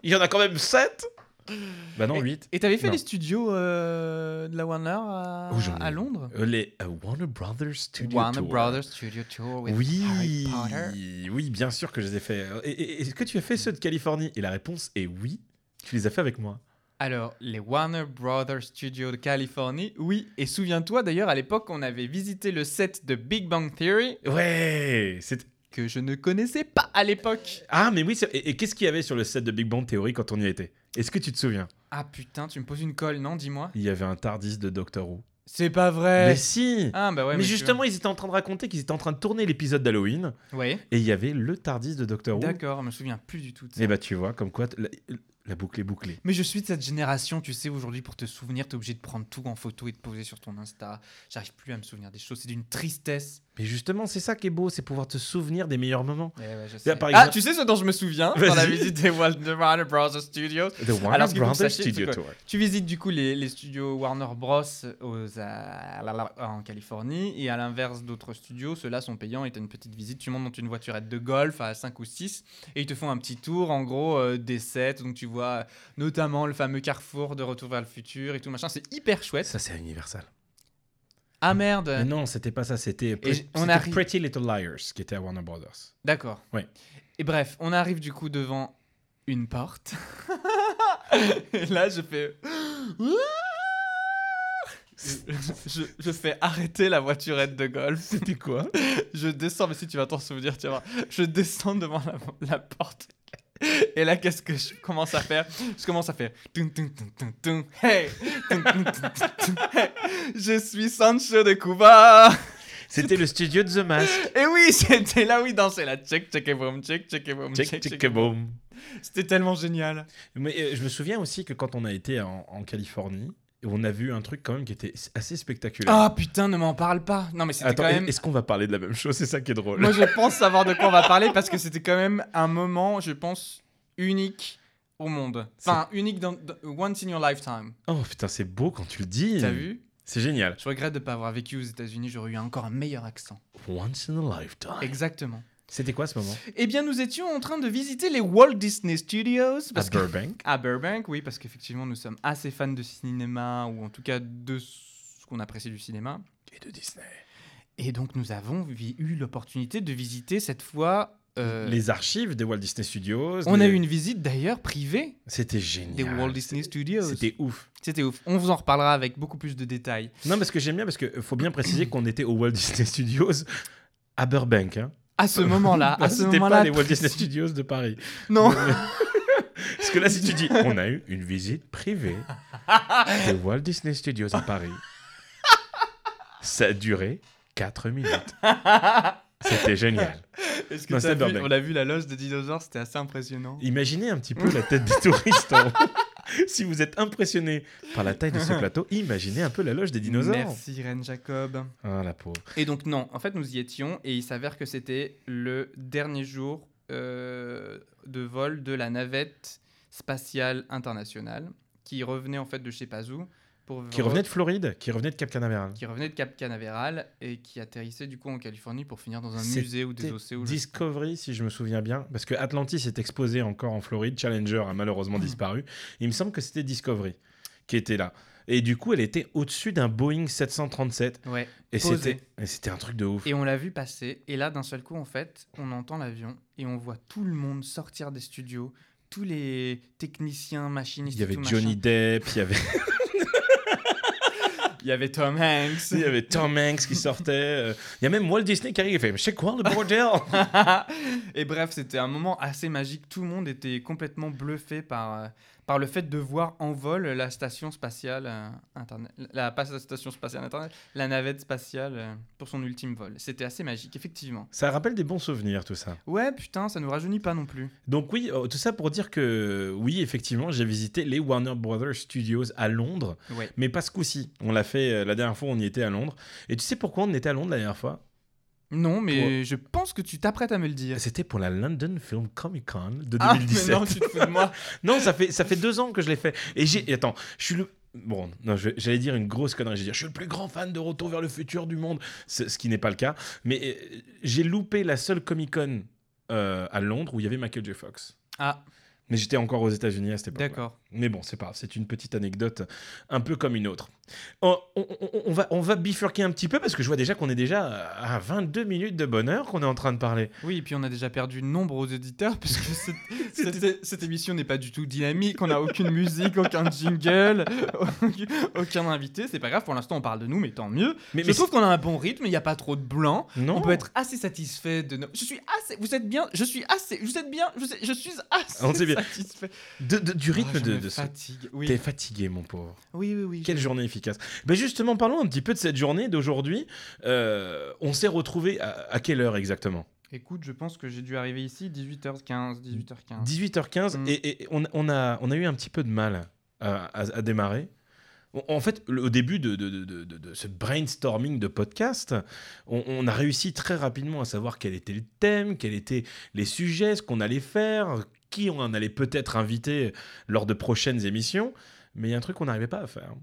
Speaker 1: Il y en a quand même 7 Bah non, 8.
Speaker 2: Et t'avais fait
Speaker 1: Non.
Speaker 2: les studios euh, de la Warner à,
Speaker 1: Oh, j'en ai-
Speaker 2: à Londres
Speaker 1: les euh, Warner Brothers Studio
Speaker 2: Warner
Speaker 1: Tour.
Speaker 2: Brothers Studio Tour with Harry
Speaker 1: Oui,
Speaker 2: Potter.
Speaker 1: oui, bien sûr que je les ai fait. Euh, Et- et- Est-ce que tu as fait ceux de Californie Et la réponse est oui. Tu les as fait avec moi.
Speaker 2: Alors, les Warner Brothers Studios de Californie, oui. Et souviens-toi d'ailleurs, à l'époque, on avait visité le set de Big Bang Theory
Speaker 1: Ouais. c'est-
Speaker 2: que je ne connaissais pas à l'époque.
Speaker 1: Ah, mais oui. c'est- Et, et qu'est-ce qu'il y avait sur le set de Big Bang Theory quand on y était Est-ce que tu te souviens
Speaker 2: Ah putain, tu me poses une colle, non Dis-moi.
Speaker 1: Il y avait un Tardis de Doctor Who.
Speaker 2: C'est pas vrai.
Speaker 1: Mais si
Speaker 2: Ah bah ouais.
Speaker 1: mais
Speaker 2: tu
Speaker 1: justement, ils étaient en train de raconter qu'ils étaient en train de tourner l'épisode d'Halloween
Speaker 2: vois. Ouais.
Speaker 1: et il y avait le Tardis de Doctor Who.
Speaker 2: D'accord, je me souviens plus du tout de ça.
Speaker 1: Et bah tu vois, comme quoi t- la, la boucle est bouclée.
Speaker 2: Mais je suis de cette génération, tu sais, aujourd'hui, pour te souvenir, t'es obligé de prendre tout en photo et de poser sur ton Insta. J'arrive plus à me souvenir des choses, c'est d'une tristesse.
Speaker 1: Mais justement, c'est ça qui est beau, c'est pouvoir te souvenir des meilleurs moments. sais. par
Speaker 2: Ah,
Speaker 1: exemple-
Speaker 2: tu sais ce dont je me souviens dans la
Speaker 1: Vas-y.
Speaker 2: visite des Warner Warner Bros. Studios
Speaker 1: The Warner
Speaker 2: Alors, ce qu'il faut que vous
Speaker 1: Brothers
Speaker 2: sachiez, c'est
Speaker 1: Studio
Speaker 2: que-
Speaker 1: Tour.
Speaker 2: Tu visites du coup les, les studios Warner Bros. Aux, à- la- la- en Californie et à l'inverse d'autres studios, ceux-là sont payants et t'as une petite visite, tu montes dans une voiturette de golf à 5 ou 6 et ils te font un petit tour en gros euh, des sets, donc tu vois euh, notamment le fameux carrefour de Retour vers le futur et tout machin, c'est hyper chouette.
Speaker 1: Ça c'est Universal.
Speaker 2: Ah
Speaker 1: Mais
Speaker 2: merde,
Speaker 1: non, c'était pas ça, c'était
Speaker 2: Et
Speaker 1: Pre-
Speaker 2: j- on
Speaker 1: c'était
Speaker 2: arrive-
Speaker 1: Pretty Little Liars qui était à Warner Brothers.
Speaker 2: d'accord.
Speaker 1: Ouais.
Speaker 2: Et bref, on arrive du coup devant une porte. et <laughs> là je fais... <laughs> Je, je fais arrêter la voiturette de <laughs> golf.
Speaker 1: C'était quoi
Speaker 2: Je descends, mais si tu vas t'en souvenir, tu vas voir. Je descends devant la, la porte. Et là, qu'est-ce que je commence à faire Je commence à faire. Tum, tum, tum, tum, tum, hey Tum, tum, tum, tum, tum, hey Je suis Sancho de Cuba
Speaker 1: C'était le studio de The <laughs> Mask.
Speaker 2: Et oui, <laughs> c'était là où il dansait la check, check et boom, check, check et boom, check,
Speaker 1: Check, check,
Speaker 2: check.
Speaker 1: boom.
Speaker 2: C'était tellement génial.
Speaker 1: Mais euh, je me souviens aussi que quand on a été en, en Californie, on a vu un truc quand même qui était assez spectaculaire.
Speaker 2: Ah putain, ne m'en parle pas Non, mais c'était
Speaker 1: Attends,
Speaker 2: quand même.
Speaker 1: est-ce qu'on va parler de la même chose C'est ça qui est drôle.
Speaker 2: Moi, je pense savoir de quoi on va parler parce que c'était quand même un moment, je pense, unique au monde. Enfin, unique dans, dans- once in your lifetime.
Speaker 1: Oh putain, c'est beau quand tu le dis.
Speaker 2: T'as vu
Speaker 1: C'est génial.
Speaker 2: Je regrette de ne pas avoir vécu aux États-Unis, j'aurais eu encore un meilleur accent.
Speaker 1: Once in a lifetime.
Speaker 2: Exactement.
Speaker 1: C'était quoi ce moment
Speaker 2: Eh bien, nous étions en train de visiter les Walt Disney Studios. Parce
Speaker 1: À
Speaker 2: que- <laughs>
Speaker 1: Burbank.
Speaker 2: à Burbank, oui, parce qu'effectivement, nous sommes assez fans de cinéma, ou en tout cas de ce qu'on apprécie du cinéma.
Speaker 1: Et de Disney.
Speaker 2: Et donc, nous avons vi- eu l'opportunité de visiter cette fois. euh,
Speaker 1: Les archives des Walt Disney Studios.
Speaker 2: On
Speaker 1: les-
Speaker 2: a eu une visite d'ailleurs privée
Speaker 1: C'était génial.
Speaker 2: des Walt Disney Studios.
Speaker 1: C'était ouf.
Speaker 2: C'était ouf. On vous en reparlera avec beaucoup plus de détails.
Speaker 1: Non, parce que j'aime bien, parce que faut bien préciser qu'on était au Walt Disney Studios à Burbank. hein. <laughs>
Speaker 2: à ce moment-là, à ce
Speaker 1: C'était
Speaker 2: moment-là,
Speaker 1: pas les Walt Disney Studios de Paris.
Speaker 2: <laughs>
Speaker 1: <laughs>
Speaker 2: non.
Speaker 1: Parce que là, si tu
Speaker 2: <laughs>
Speaker 1: dis, on a eu une visite privée des Walt Disney Studios à Paris. Ça a duré 4
Speaker 2: <laughs>
Speaker 1: minutes. C'était génial.
Speaker 2: Est-ce
Speaker 1: Non,
Speaker 2: t'as
Speaker 1: c'est
Speaker 2: vu-
Speaker 1: Burbank.
Speaker 2: on a vu la loge des dinosaures, c'était assez impressionnant.
Speaker 1: Imaginez un petit peu la tête des touristes. en haut. <laughs> si vous êtes impressionné par la taille de ce plateau, imaginez un peu la loge des dinosaures.
Speaker 2: Merci Ren Jacob.
Speaker 1: Ah, la pauvre.
Speaker 2: Et donc non, en fait nous y étions et il s'avère que c'était le dernier jour euh, de vol de la navette spatiale internationale qui revenait en fait de je sais pas où pour
Speaker 1: Qui revenait de Floride, qui revenait de Cap Canaveral.
Speaker 2: qui revenait de Cap Canaveral et qui atterrissait du coup en Californie pour finir dans un
Speaker 1: C'était
Speaker 2: musée ou des océans. je-
Speaker 1: Discovery, si je me souviens bien, parce que Atlantis est exposé encore en Floride, Challenger a
Speaker 2: Hmm.
Speaker 1: malheureusement disparu. Il me semble que c'était Discovery qui était là. Et du coup, elle était au-dessus d'un Boeing 737.
Speaker 2: Ouais.
Speaker 1: Et
Speaker 2: Posée.
Speaker 1: c'était et c'était un truc de ouf.
Speaker 2: Et on l'a vu passer et là d'un seul coup en fait on entend l'avion et on voit tout le monde sortir des studios, tous les techniciens, machinistes.
Speaker 1: Il y
Speaker 2: et
Speaker 1: avait
Speaker 2: tout,
Speaker 1: Johnny
Speaker 2: machin.
Speaker 1: Depp, il y avait, <laughs>
Speaker 2: Il y avait Tom Hanks.
Speaker 1: il y avait Tom Hanks qui sortait. euh, Il y a même Walt Disney qui arrive et fait Mais c'est quoi le bordel
Speaker 2: <laughs> et bref, c'était un moment assez magique. Tout le monde était complètement bluffé par, euh, par le fait de voir en vol la station spatiale euh, interna- La, pas la station spatiale internet, la navette spatiale euh, pour son ultime vol. C'était assez magique, effectivement.
Speaker 1: Ça rappelle des bons souvenirs, tout ça.
Speaker 2: Ouais, putain, ça nous rajeunit pas non plus.
Speaker 1: Donc oui, euh, tout ça pour dire que oui, effectivement, j'ai visité les Warner Brothers Studios à Londres,
Speaker 2: Ouais.
Speaker 1: mais pas ce coup-ci. On l'a fait euh, la dernière fois, on y était à Londres. Et tu sais pourquoi on était à Londres la dernière fois
Speaker 2: Non, mais je pense que tu t'apprêtes à me le dire.
Speaker 1: C'était pour la London Film Comic Con de
Speaker 2: Ah, mais
Speaker 1: 2017.
Speaker 2: non, tu te fous de moi.
Speaker 1: Non, ça fait, ça fait deux ans que je l'ai fait. Et j'ai. et Attends, je suis le. Bon, non, je- j'allais dire une grosse connerie. J'ai dit, je suis le plus grand fan de Retour vers le futur du monde. Ce, ce qui n'est pas le cas. Mais euh, j'ai loupé la seule Comic Con euh, à Londres où il y avait Michael J. Fox.
Speaker 2: Ah,
Speaker 1: Mais j'étais encore aux États-Unis à cette époque.
Speaker 2: <laughs> d'accord.
Speaker 1: Mais bon, c'est pas grave, c'est une petite anecdote un peu comme une autre. On, on- on- on va, on va bifurquer un petit peu parce que je vois déjà qu'on est déjà à 22 minutes de bonheur qu'on est en train de parler.
Speaker 2: Oui, et puis on a déjà perdu nombre aux éditeurs parce que <laughs> cette, cette- cette émission n'est pas du tout dynamique. On n'a aucune musique, aucun jingle, <laughs> aucun invité. C'est pas grave, pour l'instant on parle de nous, mais tant mieux.
Speaker 1: Mais,
Speaker 2: je
Speaker 1: mais
Speaker 2: trouve qu'on a un bon rythme, il n'y a pas trop de blanc.
Speaker 1: c'est- non,
Speaker 2: On peut être assez satisfait de nos. Je suis assez. Vous êtes bien. Je suis assez. Vous êtes bien. Je, sais- je suis assez
Speaker 1: On sait bien.
Speaker 2: satisfait.
Speaker 1: de- de- du rythme
Speaker 2: Ah, je
Speaker 1: de,
Speaker 2: me
Speaker 1: de ce.
Speaker 2: fatigue. Oui.
Speaker 1: T'es fatigué, mon pauvre.
Speaker 2: oui, oui, oui.
Speaker 1: Quelle journée efficace. Ben justement, parlons un petit peu de cette journée d'aujourd'hui. Euh, on s'est retrouvé à, à quelle heure exactement
Speaker 2: Écoute, je pense que j'ai dû arriver ici 18h15, 18h15.
Speaker 1: 18h15
Speaker 2: Mm.
Speaker 1: et, et on, on a, on a eu un petit peu de mal à, à- à démarrer. En- En fait, le- au début de, de- de- de- de- de ce brainstorming de podcast, on, on a réussi très rapidement à savoir quel était le thème, quels étaient les sujets, ce qu'on allait faire, qui on en allait peut-être inviter lors de prochaines émissions. Mais il y a un truc qu'on n'arrivait pas à faire.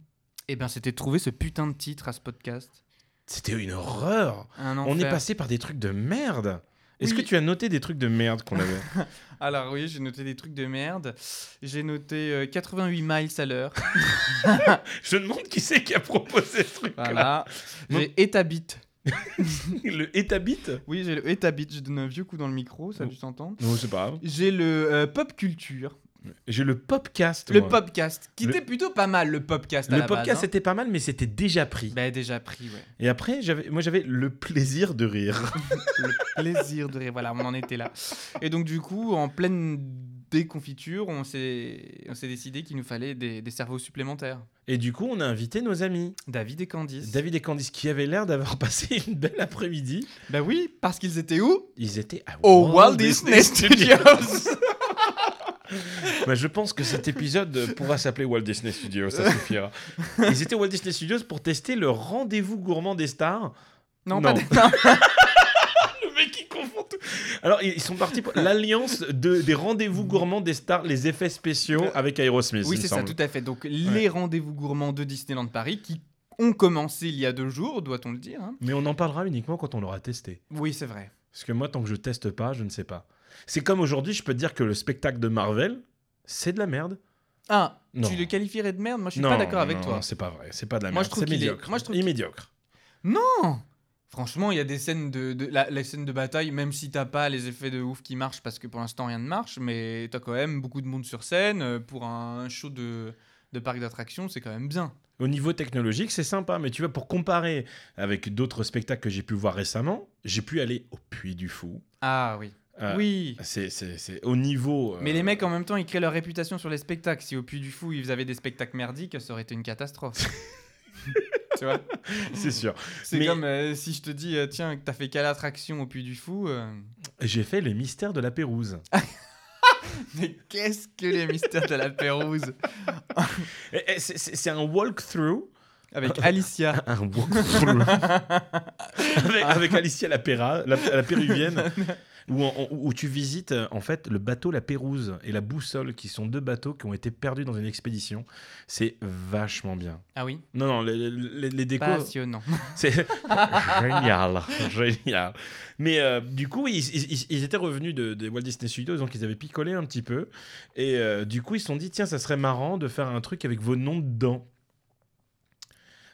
Speaker 2: Eh ben, c'était de trouver ce putain de titre à ce podcast.
Speaker 1: C'était une horreur.
Speaker 2: Un
Speaker 1: On est
Speaker 2: enfer.
Speaker 1: passé par des trucs de merde. Est-ce
Speaker 2: Oui.
Speaker 1: que tu as noté des trucs de merde qu'on avait
Speaker 2: Alors oui, j'ai noté des trucs de merde. J'ai noté euh, 88 miles
Speaker 1: <laughs>
Speaker 2: à l'heure.
Speaker 1: <laughs> Je demande qui c'est qui a proposé ce truc-là.
Speaker 2: Voilà.
Speaker 1: Non.
Speaker 2: j'ai Etabit.
Speaker 1: <laughs> Le Etabit
Speaker 2: Oui, j'ai le Etabit. Je donne un vieux coup dans le micro, ça a dû s'entendre.
Speaker 1: Non, c'est pas grave.
Speaker 2: J'ai le euh, Pop Culture.
Speaker 1: J'ai le Popcast.
Speaker 2: Le
Speaker 1: moi.
Speaker 2: Popcast, qui
Speaker 1: Le-
Speaker 2: était plutôt pas mal, le Popcast à
Speaker 1: Le
Speaker 2: la
Speaker 1: podcast
Speaker 2: base. hein.
Speaker 1: c'était pas mal, mais c'était déjà pris.
Speaker 2: Bah, déjà pris, ouais.
Speaker 1: Et après, j'avais, moi j'avais le plaisir de rire.
Speaker 2: Le plaisir de rire. Voilà, on en était là. Et donc, du coup, en pleine déconfiture, on s'est on s'est décidé qu'il nous fallait des, des cerveaux supplémentaires.
Speaker 1: Et du coup, on a invité nos amis.
Speaker 2: David et Candice.
Speaker 1: David et Candice, qui avaient l'air d'avoir <laughs> passé une belle après-midi.
Speaker 2: Bah oui, parce qu'ils étaient où
Speaker 1: Ils étaient à
Speaker 2: Au Walt Disney Studios.
Speaker 1: <laughs> Bah, je pense que cet épisode pourra s'appeler Walt Disney Studios, ça <laughs> suffira. Ils étaient au Walt Disney Studios pour tester le rendez-vous gourmand des stars.
Speaker 2: <laughs> Non,
Speaker 1: Non.
Speaker 2: pas Ah, des- non.
Speaker 1: Le mec, il confond tout. Alors, ils ils sont partis pour l'alliance de, des rendez-vous gourmands des stars, les effets spéciaux avec Aerosmith.
Speaker 2: Euh, Oui,
Speaker 1: il me
Speaker 2: c'est ça,
Speaker 1: semble.
Speaker 2: tout à fait. Donc, les rendez-vous gourmands de Disneyland Paris qui ont commencé il y a deux jours, doit-on le dire. hein.
Speaker 1: Mais on en parlera uniquement quand on l'aura testé.
Speaker 2: Oui, c'est vrai.
Speaker 1: Parce que moi, tant que je teste pas, je ne sais pas. C'est comme aujourd'hui, je peux te dire que le spectacle de Marvel, c'est de la merde.
Speaker 2: Ah,
Speaker 1: Non.
Speaker 2: tu le qualifierais de merde Moi, je suis
Speaker 1: Non,
Speaker 2: pas d'accord avec
Speaker 1: non,
Speaker 2: toi.
Speaker 1: C'est pas vrai, c'est pas de la
Speaker 2: Moi,
Speaker 1: merde.
Speaker 2: je trouve
Speaker 1: C'est
Speaker 2: qu'il est-
Speaker 1: médiocre.
Speaker 2: moi, je trouve
Speaker 1: Il est
Speaker 2: qu'il-
Speaker 1: médiocre.
Speaker 2: Franchement, il y a des scènes de, de- la, les scènes de bataille, même si t'as pas les effets de ouf qui marchent, parce que pour l'instant rien ne marche, mais t'as quand même beaucoup de monde sur scène euh, pour un show de de parc d'attractions, c'est quand même bien.
Speaker 1: Au niveau technologique, c'est sympa, mais tu vois, pour comparer avec d'autres spectacles que j'ai pu voir récemment, j'ai pu aller au Puy du Fou.
Speaker 2: Ah oui.
Speaker 1: Euh,
Speaker 2: oui.
Speaker 1: C'est, c'est, c'est au niveau. euh,
Speaker 2: Mais les mecs, en même temps, ils créent leur réputation sur les spectacles. Si au Puy du Fou, ils faisaient des spectacles merdiques, ça aurait été une
Speaker 1: <laughs>
Speaker 2: catastrophe. tu vois
Speaker 1: <laughs> C'est sûr.
Speaker 2: C'est
Speaker 1: Mais-
Speaker 2: comme euh, si je te dis, euh, tiens, que t'as fait quelle attraction au Puy du Fou euh, <laughs>
Speaker 1: J'ai fait les mystères de la Pérouse.
Speaker 2: Mais qu'est-ce que les mystères de la Pérouse
Speaker 1: Eh, eh, c'est, c'est- c'est un walkthrough. <laughs>
Speaker 2: Avec Alicia.
Speaker 1: Un walkthrough. <laughs> avec, avec Alicia la, Péra, la, la <laughs> Péruvienne. Où, on- on- où tu visites euh, en fait le bateau La Pérouse et la Boussole, qui sont deux bateaux qui ont été perdus dans une expédition. C'est vachement bien.
Speaker 2: Ah oui
Speaker 1: Non, non, les, les, les décos.
Speaker 2: Passionnant.
Speaker 1: C'est <laughs> génial, génial. Mais euh, du coup, ils, ils- ils étaient revenus de, des Walt Disney Studios, donc ils avaient picolé un petit peu. Et euh, du coup, ils se sont dit, tiens, ça serait marrant de faire un truc avec vos noms dedans.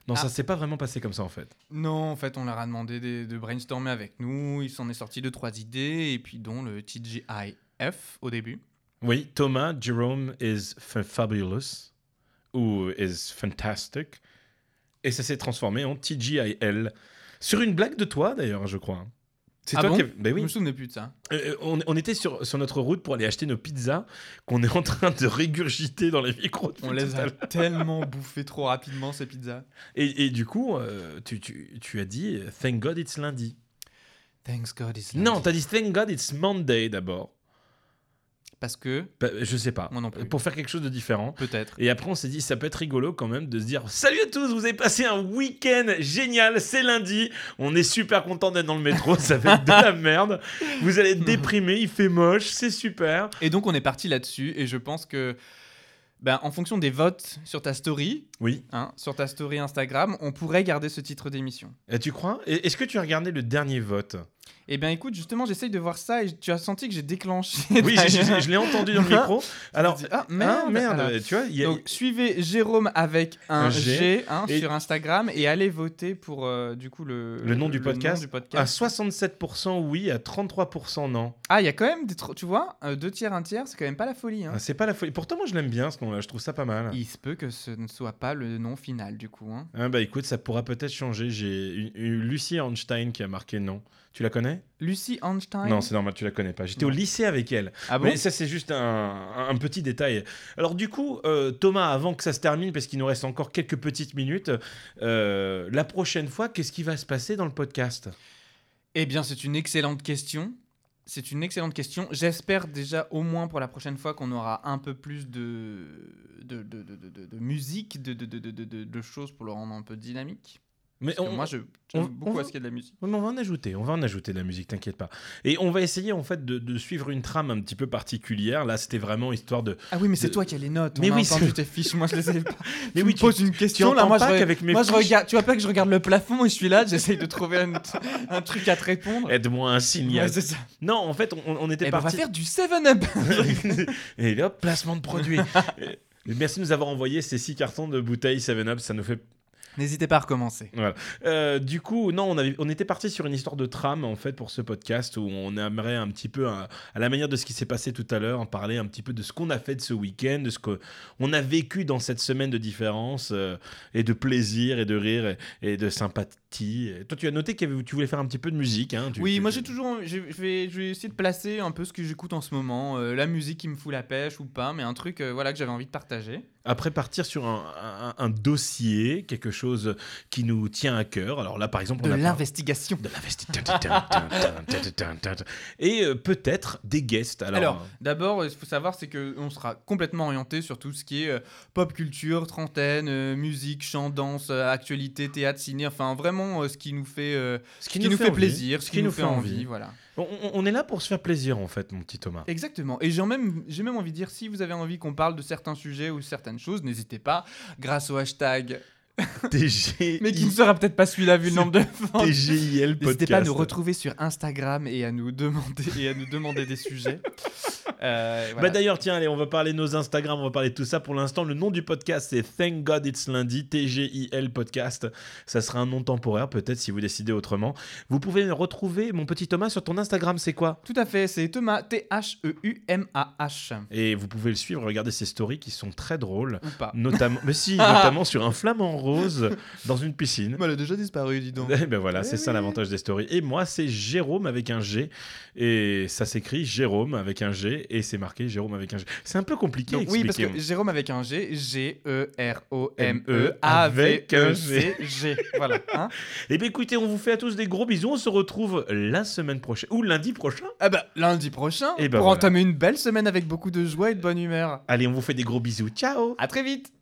Speaker 1: Non,
Speaker 2: Ah.
Speaker 1: ça s'est pas vraiment passé comme ça en fait.
Speaker 2: Non, en fait, on leur a demandé de, de brainstormer avec nous. Il s'en est sorti deux, trois idées, et puis dont le TGIF au début.
Speaker 1: Oui, Thomas, Jerome is fa- fabulous ou is fantastic. Et ça s'est transformé en TGIL. Sur une blague de toi d'ailleurs, je crois. C'est
Speaker 2: Ah
Speaker 1: toi
Speaker 2: bon
Speaker 1: qui. av- Ben
Speaker 2: Je
Speaker 1: oui.
Speaker 2: me souvenais plus de ça.
Speaker 1: Euh, on, on était sur, sur notre route pour aller acheter nos pizzas qu'on est en train de régurgiter dans les micros. depuis
Speaker 2: On
Speaker 1: tout
Speaker 2: les
Speaker 1: à
Speaker 2: a
Speaker 1: l'heure.
Speaker 2: tellement bouffés trop rapidement, ces pizzas.
Speaker 1: Et, et du coup, euh, tu, tu- tu as dit euh, Thank God it's lundi.
Speaker 2: Thanks God it's
Speaker 1: Non, t'as dit Thank God it's Monday d'abord.
Speaker 2: Parce que,
Speaker 1: Bah, je sais pas.
Speaker 2: Moi non plus.
Speaker 1: Pour faire quelque chose de différent.
Speaker 2: peut-être.
Speaker 1: Et après, on s'est dit, ça peut être rigolo quand même de se dire Salut à tous, vous avez passé un week-end génial, c'est lundi, on est super content d'être dans le métro, <laughs> ça va être de
Speaker 2: <laughs>
Speaker 1: la merde, vous allez être déprimés, il fait moche, c'est super.
Speaker 2: Et donc, on est parti là-dessus, et je pense que, ben, en fonction des votes sur ta story,
Speaker 1: Oui.
Speaker 2: hein, sur ta story Instagram, on pourrait garder ce titre d'émission.
Speaker 1: Et Euh, tu crois Et- Est-ce que tu as regardé le dernier vote
Speaker 2: Eh bien, écoute, justement, j'essaye de voir ça, et tu as senti que j'ai déclenché.
Speaker 1: Oui, j'ai- j'ai- je l'ai entendu dans le micro. Alors,
Speaker 2: Je me Hein dis, ah, merde,
Speaker 1: ah, merde,
Speaker 2: alors.
Speaker 1: tu vois, il y a-
Speaker 2: Donc suivez Jérôme avec un,
Speaker 1: Un G,
Speaker 2: G, hein,
Speaker 1: et-
Speaker 2: sur Instagram et allez voter pour euh, du coup le,
Speaker 1: Le nom du podcast. Ah,
Speaker 2: du
Speaker 1: à
Speaker 2: podcast.
Speaker 1: 67% oui, à 33% non.
Speaker 2: Ah, il y a quand même des tro- tu vois, euh, deux tiers, un tiers, c'est quand même pas la folie. hein.
Speaker 1: Ah, C'est pas la folie. Pourtant, moi, je l'aime bien ce nom-là, je trouve ça pas mal.
Speaker 2: Il se peut que ce ne soit pas le nom final du coup. hein.
Speaker 1: Ah, bah écoute, ça pourra peut-être changer. J'ai une- une Lucie Einstein qui a marqué non. Tu la connais
Speaker 2: Lucie Einstein.
Speaker 1: Non, c'est normal, tu la connais pas. J'étais au
Speaker 2: Non.
Speaker 1: lycée avec elle.
Speaker 2: ah bon
Speaker 1: Mais ça, c'est juste un, un petit détail. Alors, du coup, euh, Thomas, avant que ça se termine, parce qu'il nous reste encore quelques petites minutes, euh, la prochaine fois, qu'est-ce qui va se passer dans le podcast
Speaker 2: Eh bien, c'est une excellente question. C'est une excellente question. J'espère déjà au moins pour la prochaine fois qu'on aura un peu plus de, de, de, de, de- de- de musique, de, de, de, de- de- de choses pour le rendre un peu dynamique.
Speaker 1: Mais
Speaker 2: Parce que moi, je- j'aime
Speaker 1: on-
Speaker 2: beaucoup
Speaker 1: on-
Speaker 2: à ce qu'il y a de la musique.
Speaker 1: Oui, mais on va en ajouter, on va en ajouter de la musique, t'inquiète pas. Et on va essayer en fait de, de suivre une trame un petit peu particulière. Là, c'était vraiment histoire de.
Speaker 2: Ah oui, mais c'est
Speaker 1: de-
Speaker 2: toi qui as les notes.
Speaker 1: Mais
Speaker 2: Mais
Speaker 1: oui,
Speaker 2: oui,
Speaker 1: c'est-
Speaker 2: entendu tes fiches. Moi, je les ai pas.
Speaker 1: Mais
Speaker 2: tu
Speaker 1: oui,
Speaker 2: me
Speaker 1: tu-
Speaker 2: poses une
Speaker 1: Tu
Speaker 2: question
Speaker 1: entends
Speaker 2: là. Moi, je,
Speaker 1: pas
Speaker 2: re-
Speaker 1: qu'avec mes
Speaker 2: moi, je
Speaker 1: fiches-
Speaker 2: regarde. Tu vois pas que je regarde le plafond et je suis là, j'essaye de trouver un, un truc à te répondre.
Speaker 1: Aide-moi un
Speaker 2: Ouais,
Speaker 1: signal.
Speaker 2: c'est ça.
Speaker 1: non, en fait, on, on était
Speaker 2: Eh ben, on va
Speaker 1: parti.
Speaker 2: faire du 7-up.
Speaker 1: <laughs> Et là, placement de produit. Euh, Merci de nous avoir envoyé ces six cartons de bouteilles 7-Up, ça nous fait
Speaker 2: <laughs> N'hésitez pas à recommencer.
Speaker 1: Euh, du coup, non, on, avait, on était parti sur une histoire de trame en fait pour ce podcast où on aimerait un petit peu, à, à la manière de ce qui s'est passé tout à l'heure, en parler un petit peu de ce qu'on a fait de ce week-end, de ce qu'on a vécu dans cette semaine de différence euh, et de plaisir et de rire et, et de sympathie. Et toi, tu as noté que tu voulais faire un petit peu de musique. Hein, tu-
Speaker 2: Oui,
Speaker 1: tu-
Speaker 2: moi j'ai toujours. envie- Je je vais, je vais essayer de placer un peu ce que j'écoute en ce moment. euh, la musique qui me fout la pêche ou pas, mais un truc euh, voilà, que j'avais envie de partager.
Speaker 1: Après partir sur un, un- un dossier, quelque chose qui nous tient à cœur. Alors là, par exemple,
Speaker 2: De
Speaker 1: on a <laughs> par-
Speaker 2: l'investigation.
Speaker 1: de l'investigation. Et euh, peut-être des guests. Alors,
Speaker 2: Alors, D'abord, il faut savoir, c'est qu'on sera complètement orienté sur tout ce qui est euh, pop culture, trentaine, euh, musique, chant, danse, euh, actualité, théâtre, ciné, enfin vraiment euh, ce qui nous fait, euh,
Speaker 1: ce
Speaker 2: ce qui nous fait, plaisir, ce qui, nous, fait envie, voilà.
Speaker 1: On, on- on est là pour se faire plaisir, en fait, mon petit <laughs> Thomas.
Speaker 2: Exactement. Et j'ai même, j'ai même envie de dire, si vous avez envie qu'on parle de certains sujets ou certaines choses, n'hésitez pas, grâce au hashtag
Speaker 1: TGI
Speaker 2: Mais qui ne sera peut-être pas celui-là vu le nombre <laughs> de ventes.
Speaker 1: TGIL podcast.
Speaker 2: N'hésitez pas à nous retrouver sur Instagram et à nous demander, et à nous demander des sujets. Euh,
Speaker 1: Bah
Speaker 2: voilà.
Speaker 1: d'ailleurs, tiens, allez, on va parler de nos Instagram, on va parler de tout ça. Pour l'instant, le nom du podcast, c'est Thank God It's Lundi, TGIL Podcast. Ça sera un nom temporaire, peut-être, si vous décidez autrement. Vous pouvez retrouver mon petit Thomas sur ton Instagram, c'est quoi
Speaker 2: Tout à fait, c'est Thomas, E T-H-E-U-M-A-H.
Speaker 1: Et vous pouvez le suivre, regardez ses stories qui sont très drôles.
Speaker 2: Ou pas.
Speaker 1: Notamment, mais
Speaker 2: <laughs>
Speaker 1: si, notamment sur un flamant rose dans une piscine.
Speaker 2: Elle a déjà disparu,
Speaker 1: <laughs>
Speaker 2: dis donc.
Speaker 1: Eh ben voilà,
Speaker 2: Eh
Speaker 1: c'est ça
Speaker 2: oui.
Speaker 1: l'avantage des stories. Et moi, c'est Jérôme avec un G. Et ça s'écrit Jérôme avec un G. Et c'est marqué Jérôme avec un G. C'est un peu compliqué à
Speaker 2: Donc, oui, parce
Speaker 1: expliquer.
Speaker 2: que Jérôme avec un G, E
Speaker 1: M-E,
Speaker 2: G-E-R-O-M-E,
Speaker 1: E, avec un
Speaker 2: A-V-E-C, E G. <laughs> Voilà. hein.
Speaker 1: Eh bien écoutez, on vous fait à tous des gros bisous. On se retrouve la semaine prochaine. Ou lundi prochain.
Speaker 2: Ah bah, lundi prochain,
Speaker 1: Eh ben
Speaker 2: pour
Speaker 1: voilà.
Speaker 2: entamer une belle semaine avec beaucoup de joie et de bonne humeur.
Speaker 1: Allez, on vous fait des gros bisous. Ciao
Speaker 2: À très vite